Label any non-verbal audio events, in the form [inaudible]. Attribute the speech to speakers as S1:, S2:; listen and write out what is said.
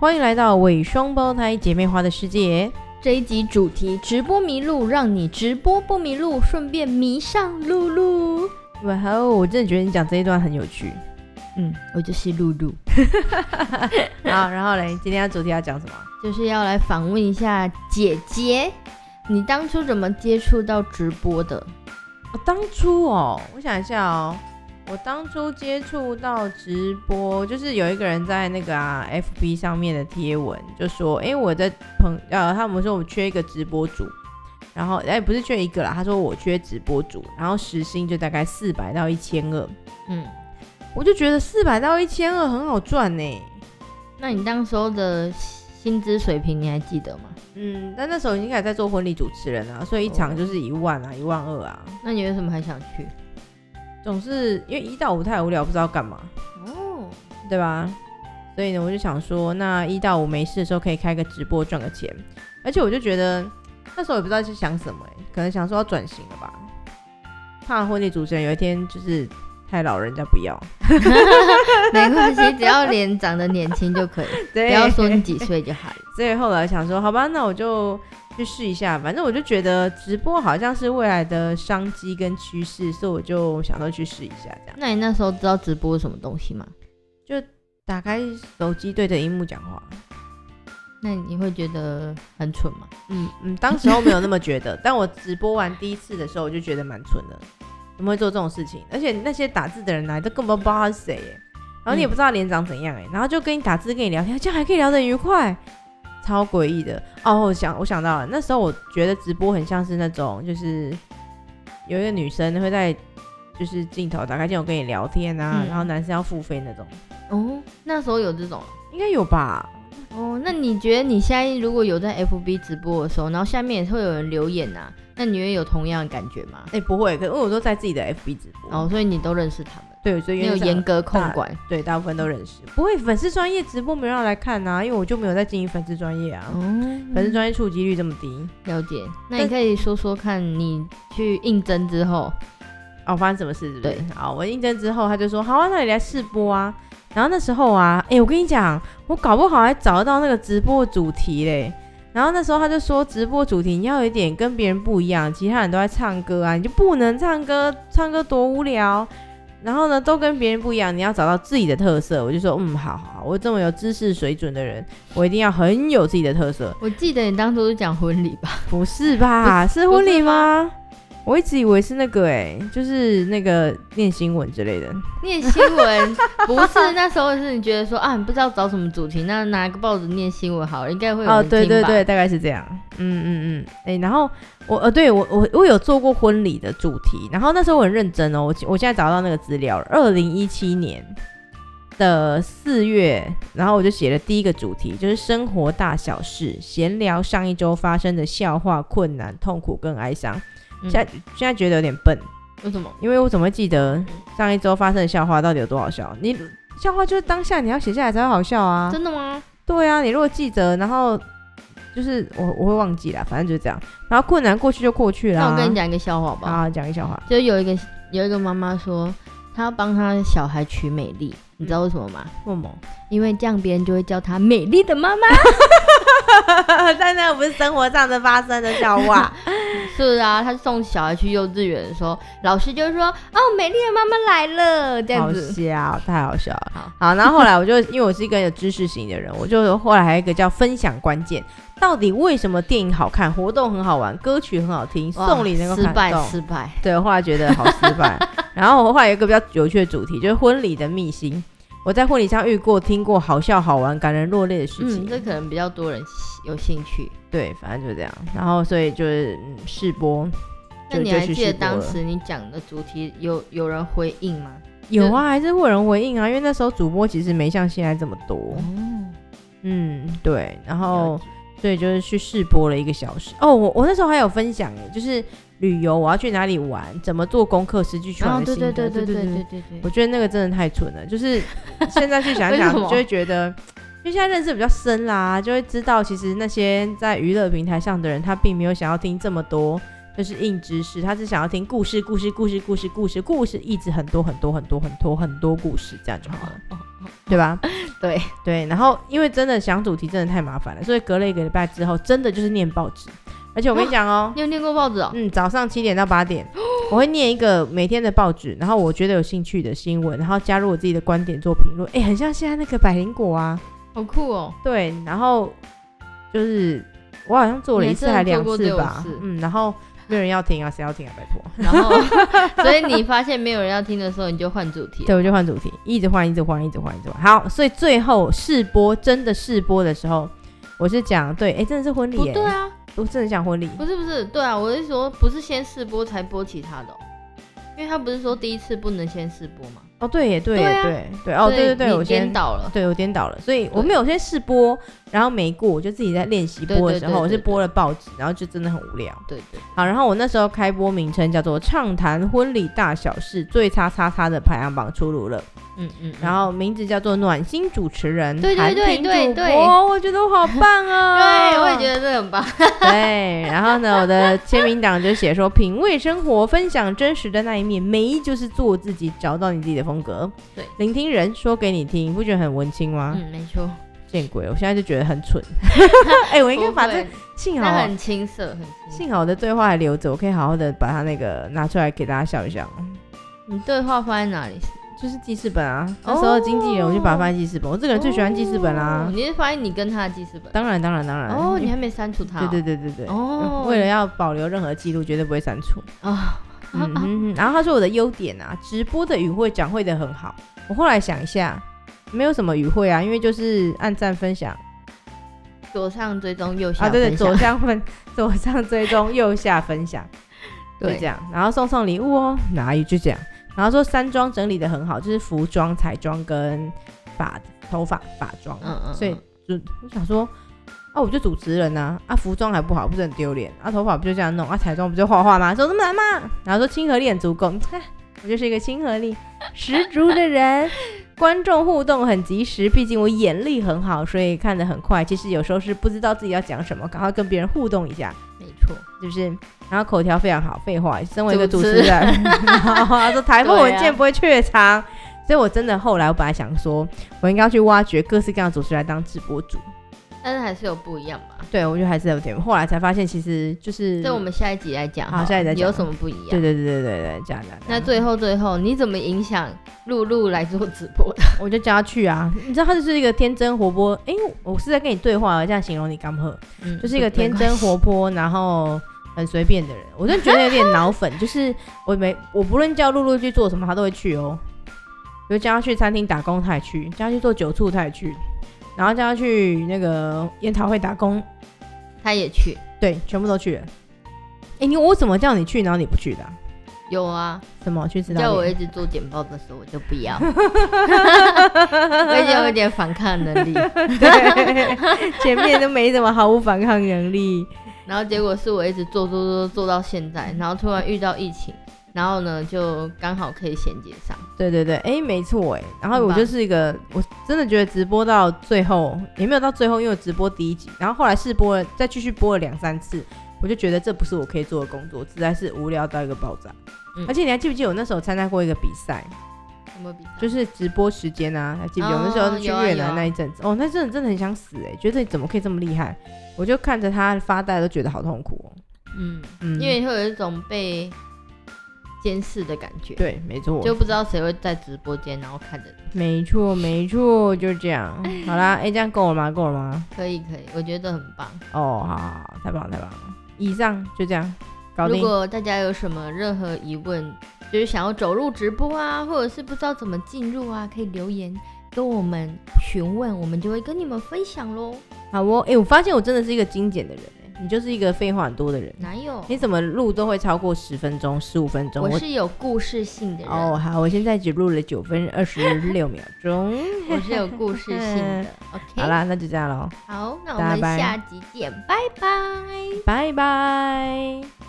S1: 欢迎来到伪双胞胎姐妹花的世界。
S2: 这一集主题直播迷路，让你直播不迷路，顺便迷上露露。
S1: 哇哦，我真的觉得你讲这一段很有趣
S2: 嗯，我就是露
S1: [laughs]
S2: 露，
S1: 啊。然后嘞，今天主题要讲什么？
S2: 就是要来访问一下姐姐，你当初怎么接触到直播的？
S1: 我当初哦，我想一下哦，我当初接触到直播，就是有一个人在那个啊 FB 上面的贴文，就说，哎、我在朋呃，他们说我们缺一个直播主，然后哎、不是缺一个啦，他说我缺直播主，然后时薪就大概四百到一千二，
S2: 嗯，
S1: 我就觉得四百到一千二很好赚呢、
S2: 那你当时候的薪资水平你还记得吗？
S1: 嗯，但那时候应该在做婚礼主持人啊，所以一场就是一万啊，一万二啊，
S2: 那你为什么还想去？
S1: 总是因为一到五太无聊，不知道干嘛。
S2: 哦，
S1: 对吧？所以呢，我就想说，那一到五没事的时候可以开个直播赚个钱，而且我就觉得那时候也不知道是想什么、欸，可能想说要转型了吧，怕婚礼主持人有一天就是太老人家不要，
S2: 没关系，只要脸长得年轻就 [laughs] 可以，不
S1: 对
S2: 要说你几岁就好了。
S1: 所以后来想说，好吧，那我就去试一下，反正我就觉得直播好像是未来的商机跟趋势，所以我就想说去试一下，这样
S2: 那你那时候知道直播是什么东西吗？
S1: 打开手机对着荧幕讲话。
S2: 那你会觉得很蠢吗？
S1: 嗯嗯，当时候没有那么觉得， [laughs] 但我直播完第一次的时候，我就觉得蛮蠢的，怎么会做这种事情？而且那些打字的人来都根本不知道他是谁耶，然后你也不知道他脸长怎样哎，然后就跟你打字跟你聊天，这样还可以聊得很愉快，超诡异的。哦，我想我想到了，那时候我觉得直播很像是那种，就是有一个女生会在就是镜头打开镜头跟你聊天啊，
S2: 嗯
S1: 然后男生要付费那种，
S2: 哦，那时候有这种。
S1: 应该有吧？
S2: 哦，那你觉得你现在如果有在 FB 直播的时候，然后下面也会有人留言呐、那你会有同样的感觉吗？
S1: 哎、不会，可因为我都在自己的 FB 直播，
S2: 哦，所以你都认识他们，
S1: 对，所以
S2: 你有
S1: 原则上
S2: 严格控管。
S1: 对，大部分都认识。不会，粉丝专业直播没人要来看啊，因为我就没有在经营粉丝专业啊，
S2: 哦，
S1: 粉丝专业触及率这么低。
S2: 了解。那
S1: 但
S2: 你可以说说看，你去应征之后，
S1: [laughs] 哦，发生什么事是不是？
S2: 对
S1: 好，我应征之后，他就说好啊，那你来试播啊。然后那时候啊，哎、我跟你讲，我搞不好还找得到那个直播主题嘞。然后那时候他就说，直播主题你要有一点跟别人不一样，其他人都在唱歌啊，你就不能唱歌，唱歌多无聊。然后呢，都跟别人不一样，你要找到自己的特色。我就说，嗯，好好，好我这么有知识水准的人，我一定要很有自己的特色。
S2: 我记得你当初是讲婚礼吧？ [laughs]
S1: 不是吧？是婚礼吗？我一直以为是那个哎、就是那个念新闻之类的。
S2: 念新闻不是那时候是你觉得说啊，你不知道找什么主题，那拿个报纸念新闻好了，应该会有人
S1: 哦，对
S2: 听
S1: 对
S2: 吧
S1: 对，，大概是这样。嗯嗯嗯，哎、然后我呃，对我我我有做过婚礼的主题，然后那时候我很认真哦，我我现在找到那个资料了，二零一七年的四月，然后我就写了第一个主题，就是生活大小事，闲聊上一周发生的笑话、困难、痛苦跟哀伤。
S2: 嗯
S1: 现在、现在觉得有点笨，
S2: 为什么？
S1: 因为我怎么会记得上一周发生的笑话到底有多好笑？你笑话就是当下你要写下来才会好笑啊。
S2: 真的吗？
S1: 对啊，你如果记得，然后就是我我会忘记啦，反正就是这样。然后困难过去就过去啦。
S2: 那我跟你讲一个笑话吧。
S1: 啊，讲一个笑话，
S2: 就有一个有一个妈妈说，她要帮她的小孩取美丽，
S1: 嗯
S2: 你知道为什么吗？
S1: 默 [laughs] 默。
S2: 因为这样别人就会叫她美丽的
S1: [laughs]
S2: 妈妈。
S1: 但那不是生活上的发生的笑话。 [laughs]
S2: 是啊，她送小孩去幼稚园的时候，老师就说：“哦，美丽的妈妈来了。”这样
S1: 好
S2: 子。
S1: 笑，太好笑了。
S2: 好
S1: 然后后来我就因为我是一个有知识型的人，我就后来还有一个叫分享关键，到底为什么电影好看，活动很好玩，歌曲很好听，
S2: 哇
S1: 送礼能够
S2: 失
S1: 感
S2: 败
S1: 动，
S2: 失败，
S1: 对，后来觉得好失败。然后我后来有一个比较有趣的主题，就是婚礼的秘辛。我在婚礼上遇过、听过好笑、好玩、感人落泪的事情。
S2: 嗯，这可能比较多人喜有兴趣。
S1: 对，反正就是这样。然后所以就是嗯试播，
S2: 那
S1: 就
S2: 你
S1: 就
S2: 还
S1: 去
S2: 记得
S1: 试播
S2: 当
S1: 了
S2: 时你讲的主题有有人回应吗？
S1: 有啊，还是会有人回应啊，因为那时候主播其实没像现在这么多。
S2: 哦
S1: 嗯，对。然后
S2: 了解
S1: 所以就是去试播了一个小时。哦，我我那时候还有分享耶，就是旅游我要去哪里玩，怎么做功课，实际去玩
S2: 哦，
S1: 的
S2: 对
S1: 心得。
S2: 对对对对对对
S1: 我
S2: 对，
S1: 觉得那个真的太蠢了，就是
S2: [laughs]
S1: 现在去想一想，
S2: 为什
S1: 就
S2: 么
S1: 会觉得，因为现在认识比较深啦，就会知道其实那些在娱乐平台上的人，他并没有想要听这么多就是硬知识，他是想要听故事，故事，故事，故事，故事，故事，一直很多很多很多很多很多故事，这样就好了，
S2: 哦
S1: 对吧？
S2: 对
S1: 对，然后因为真的想主题真的太麻烦了，所以隔了一个礼拜之后，真的就是念报纸，而且我跟你讲哦、
S2: [laughs] 你有念过报纸哦？
S1: 嗯，早上七点到八点，我会念一个每天的报纸，然后我觉得有兴趣的新闻，然后加入我自己的观点做评论，哎，很像现在那个百灵果啊，
S2: 好酷哦！
S1: 对，然后就是我好像做了一次还两
S2: 你还
S1: 次
S2: 真的做
S1: 吧
S2: 过这种事，
S1: 嗯，然后没有人要听啊，谁要听啊，拜托。
S2: [laughs] 然后， [laughs] 所以你发现没有人要听的时候，你就换主题。
S1: 对，我就换主题，一直换，一直换，一直换，一直换。好，所以最后试播真的试播的时候，我是讲对，哎，真的是婚礼
S2: 不
S1: 耶，
S2: 对啊，
S1: 我真的讲婚礼，
S2: 不是不是，对啊，我是说不是先试播才播其他的哦、因为他不是说第一次不能先试播嘛？
S1: 哦，对耶，对耶，
S2: 对啊
S1: 对对，哦，
S2: 所以
S1: 对对对，
S2: 你
S1: 我
S2: 颠
S1: 先。
S2: 倒了。
S1: 对，我颠倒了，所以我没有先试播，然后没过，我就自己在练习
S2: 对
S1: 播的
S2: 对
S1: 时
S2: 对
S1: 候，我
S2: 对
S1: 是
S2: 对
S1: 播了报纸，然后就真的很无聊。
S2: 对对，
S1: 好，然后我那时候开播名称叫做《畅谈婚礼大小事》，最叉叉叉的排行榜出炉了，
S2: 嗯嗯。嗯
S1: 然后名字叫做暖心主持人，
S2: 对对
S1: 韩
S2: 对
S1: 婷
S2: 对
S1: 主
S2: 对
S1: 播我觉得我好棒哦，
S2: [laughs] 对，我也觉得这很棒。
S1: [laughs] 对，然后呢，我的签名档就写说：品味生活，分享真实的那一面，美就是做自己，找到你自己的风格。
S2: 对，
S1: 聆听人说给你听，你不觉得很文青吗？
S2: 嗯，没 [laughs] 错。
S1: 见鬼，我现在就觉得很蠢。 [laughs] 哎、我应该把这
S2: 不会
S1: 幸好
S2: 那
S1: 啊
S2: 很青涩，很青涩。
S1: 幸好我的对话还留着，我可以好好的把它那个拿出来给大家笑一笑。
S2: 你对话放在哪里？
S1: 就是记事本啊，那
S2: 哦
S1: 时候经纪人我就把它放在记事本，我这个人最喜欢记事本啦、
S2: 哦你是发现你跟他的记事本？
S1: 当然，当然，当然。
S2: 哦，你还没删除他哦、
S1: 对对对对对。
S2: 哦，
S1: 为了要保留任何记录，绝对不会删除。
S2: 啊，
S1: 嗯哼哼，然后他说我的优点啊，直播的语汇讲会的很好。我后来想一下，没有什么语汇啊，因为就是按赞分享
S2: 左上追踪，右下
S1: 啊，对对，
S2: 分享
S1: 左上分 [laughs] 左上追踪，右下分享，就
S2: 对
S1: 这样。然后送送礼物哦，哪有就这样。然后说山庄整理的很好，就是服装、彩妆跟发头发、发妆，
S2: 嗯嗯嗯
S1: 所以就我想说。啊，我就主持人呐、啊，啊，服装还不好，不是很丢脸？啊，头发不就这样弄？啊，彩妆不就画画吗？说那么难吗？然后说亲和力很足够，哼我就是一个亲和力十足的人。 [laughs] 观众互动很及时，毕竟我眼力很好，所以看得很快。其实有时候是不知道自己要讲什么，赶快跟别人互动一下，
S2: 没错，
S1: 是不是？然后口条非常好，废话，身为一个主
S2: 主
S1: 持
S2: 持
S1: 人，然后他说台风
S2: 对啊
S1: 文件不会怯场，所以我真的后来我本来想说，我应该要去挖掘各式各样的主持人来当直播主。
S2: 但是还是有不一样吧。
S1: 对，我觉得还是有点，后来才发现其实就是，
S2: 这我们下一集来讲了，
S1: 好下一集再讲
S2: 有什么不一样？
S1: 对对对对对对，这样这样。
S2: 那
S1: 这样
S2: 最后最后，你怎么影响露露来做直播的？
S1: 我就叫他去啊，你知道他就是一个天真活泼，哎、我是在跟你对话啊，这样形容你刚喝。
S2: 嗯
S1: 就是一个天
S2: 没
S1: 真
S2: 关系
S1: 活泼，然后很随便的人，我真的觉得有点脑粉。 [laughs] 就是我没我不论叫露露去做什么，她都会去哦。比如叫她去餐厅打工，她也去；叫她去做酒醋，她也去；然后叫她去那个研讨会打工，
S2: 他也去，
S1: 对，全部都去了。哎、你我怎么叫你去，然后你不去的啊、
S2: 有啊，
S1: 什么去知道？
S2: 叫我一直做简报的时候，我就不要， [laughs] 我已经有一点反抗能
S1: [laughs]
S2: 力。
S1: 对， [laughs] 前面都没什么毫无反抗能力。
S2: 然后结果是我一直做做做做到现在，然后突然遇到疫情，然后呢就刚好可以衔接上。
S1: 对对对，哎，没错哎。然后
S2: 很
S1: 我
S2: 棒
S1: 就是一个，我真的觉得直播到最后也没有到最后，因为我直播第一集，然后后来试播了，再继续播了两三次，我就觉得这不是我可以做的工作，实在是无聊到一个爆炸。
S2: 嗯
S1: 而且你还记不记得我那时候参加过一个比赛，
S2: 有没有比赛？
S1: 就是直播时间啊，还记不记得？我那时候是去
S2: 哦有啊
S1: 越
S2: 有
S1: 南
S2: 啊
S1: 那一阵子，哦，那阵子真的很想死哎，觉得你怎么可以这么厉害？我就看着他发呆，都觉得好痛苦哦。
S2: 嗯，
S1: 嗯，
S2: 因为会有一种被监视的感觉，
S1: 对，没错，
S2: 就不知道谁会在直播间然后看着你。
S1: 没错，没错，就是这样。好啦，哎，这样够了吗？够了吗？
S2: 可以可以，我觉得很棒。
S1: 哦，好好，好，太棒了，太棒了！以上就这样，搞
S2: 如
S1: 定。
S2: 果大家有什么任何疑问，就是想要走入直播啊，或者是不知道怎么进入啊，可以留言跟我们询问，我们就会跟你们分享喽。
S1: 好哦，哎、我发现我真的是一个精简的人、哎，你就是一个废话很多的人，
S2: 哪有？
S1: 你怎么录都会超过十分钟、十五分钟。
S2: 我是有故事性的人，
S1: 哦，好，我现在只录了九分二十六秒钟。嗯
S2: 我是有故事性 [laughs] 的。OK，
S1: 好啦，那就这样喽，
S2: 好，那我
S1: 大家
S2: 们
S1: 拜
S2: 下集见，拜拜。
S1: 拜拜。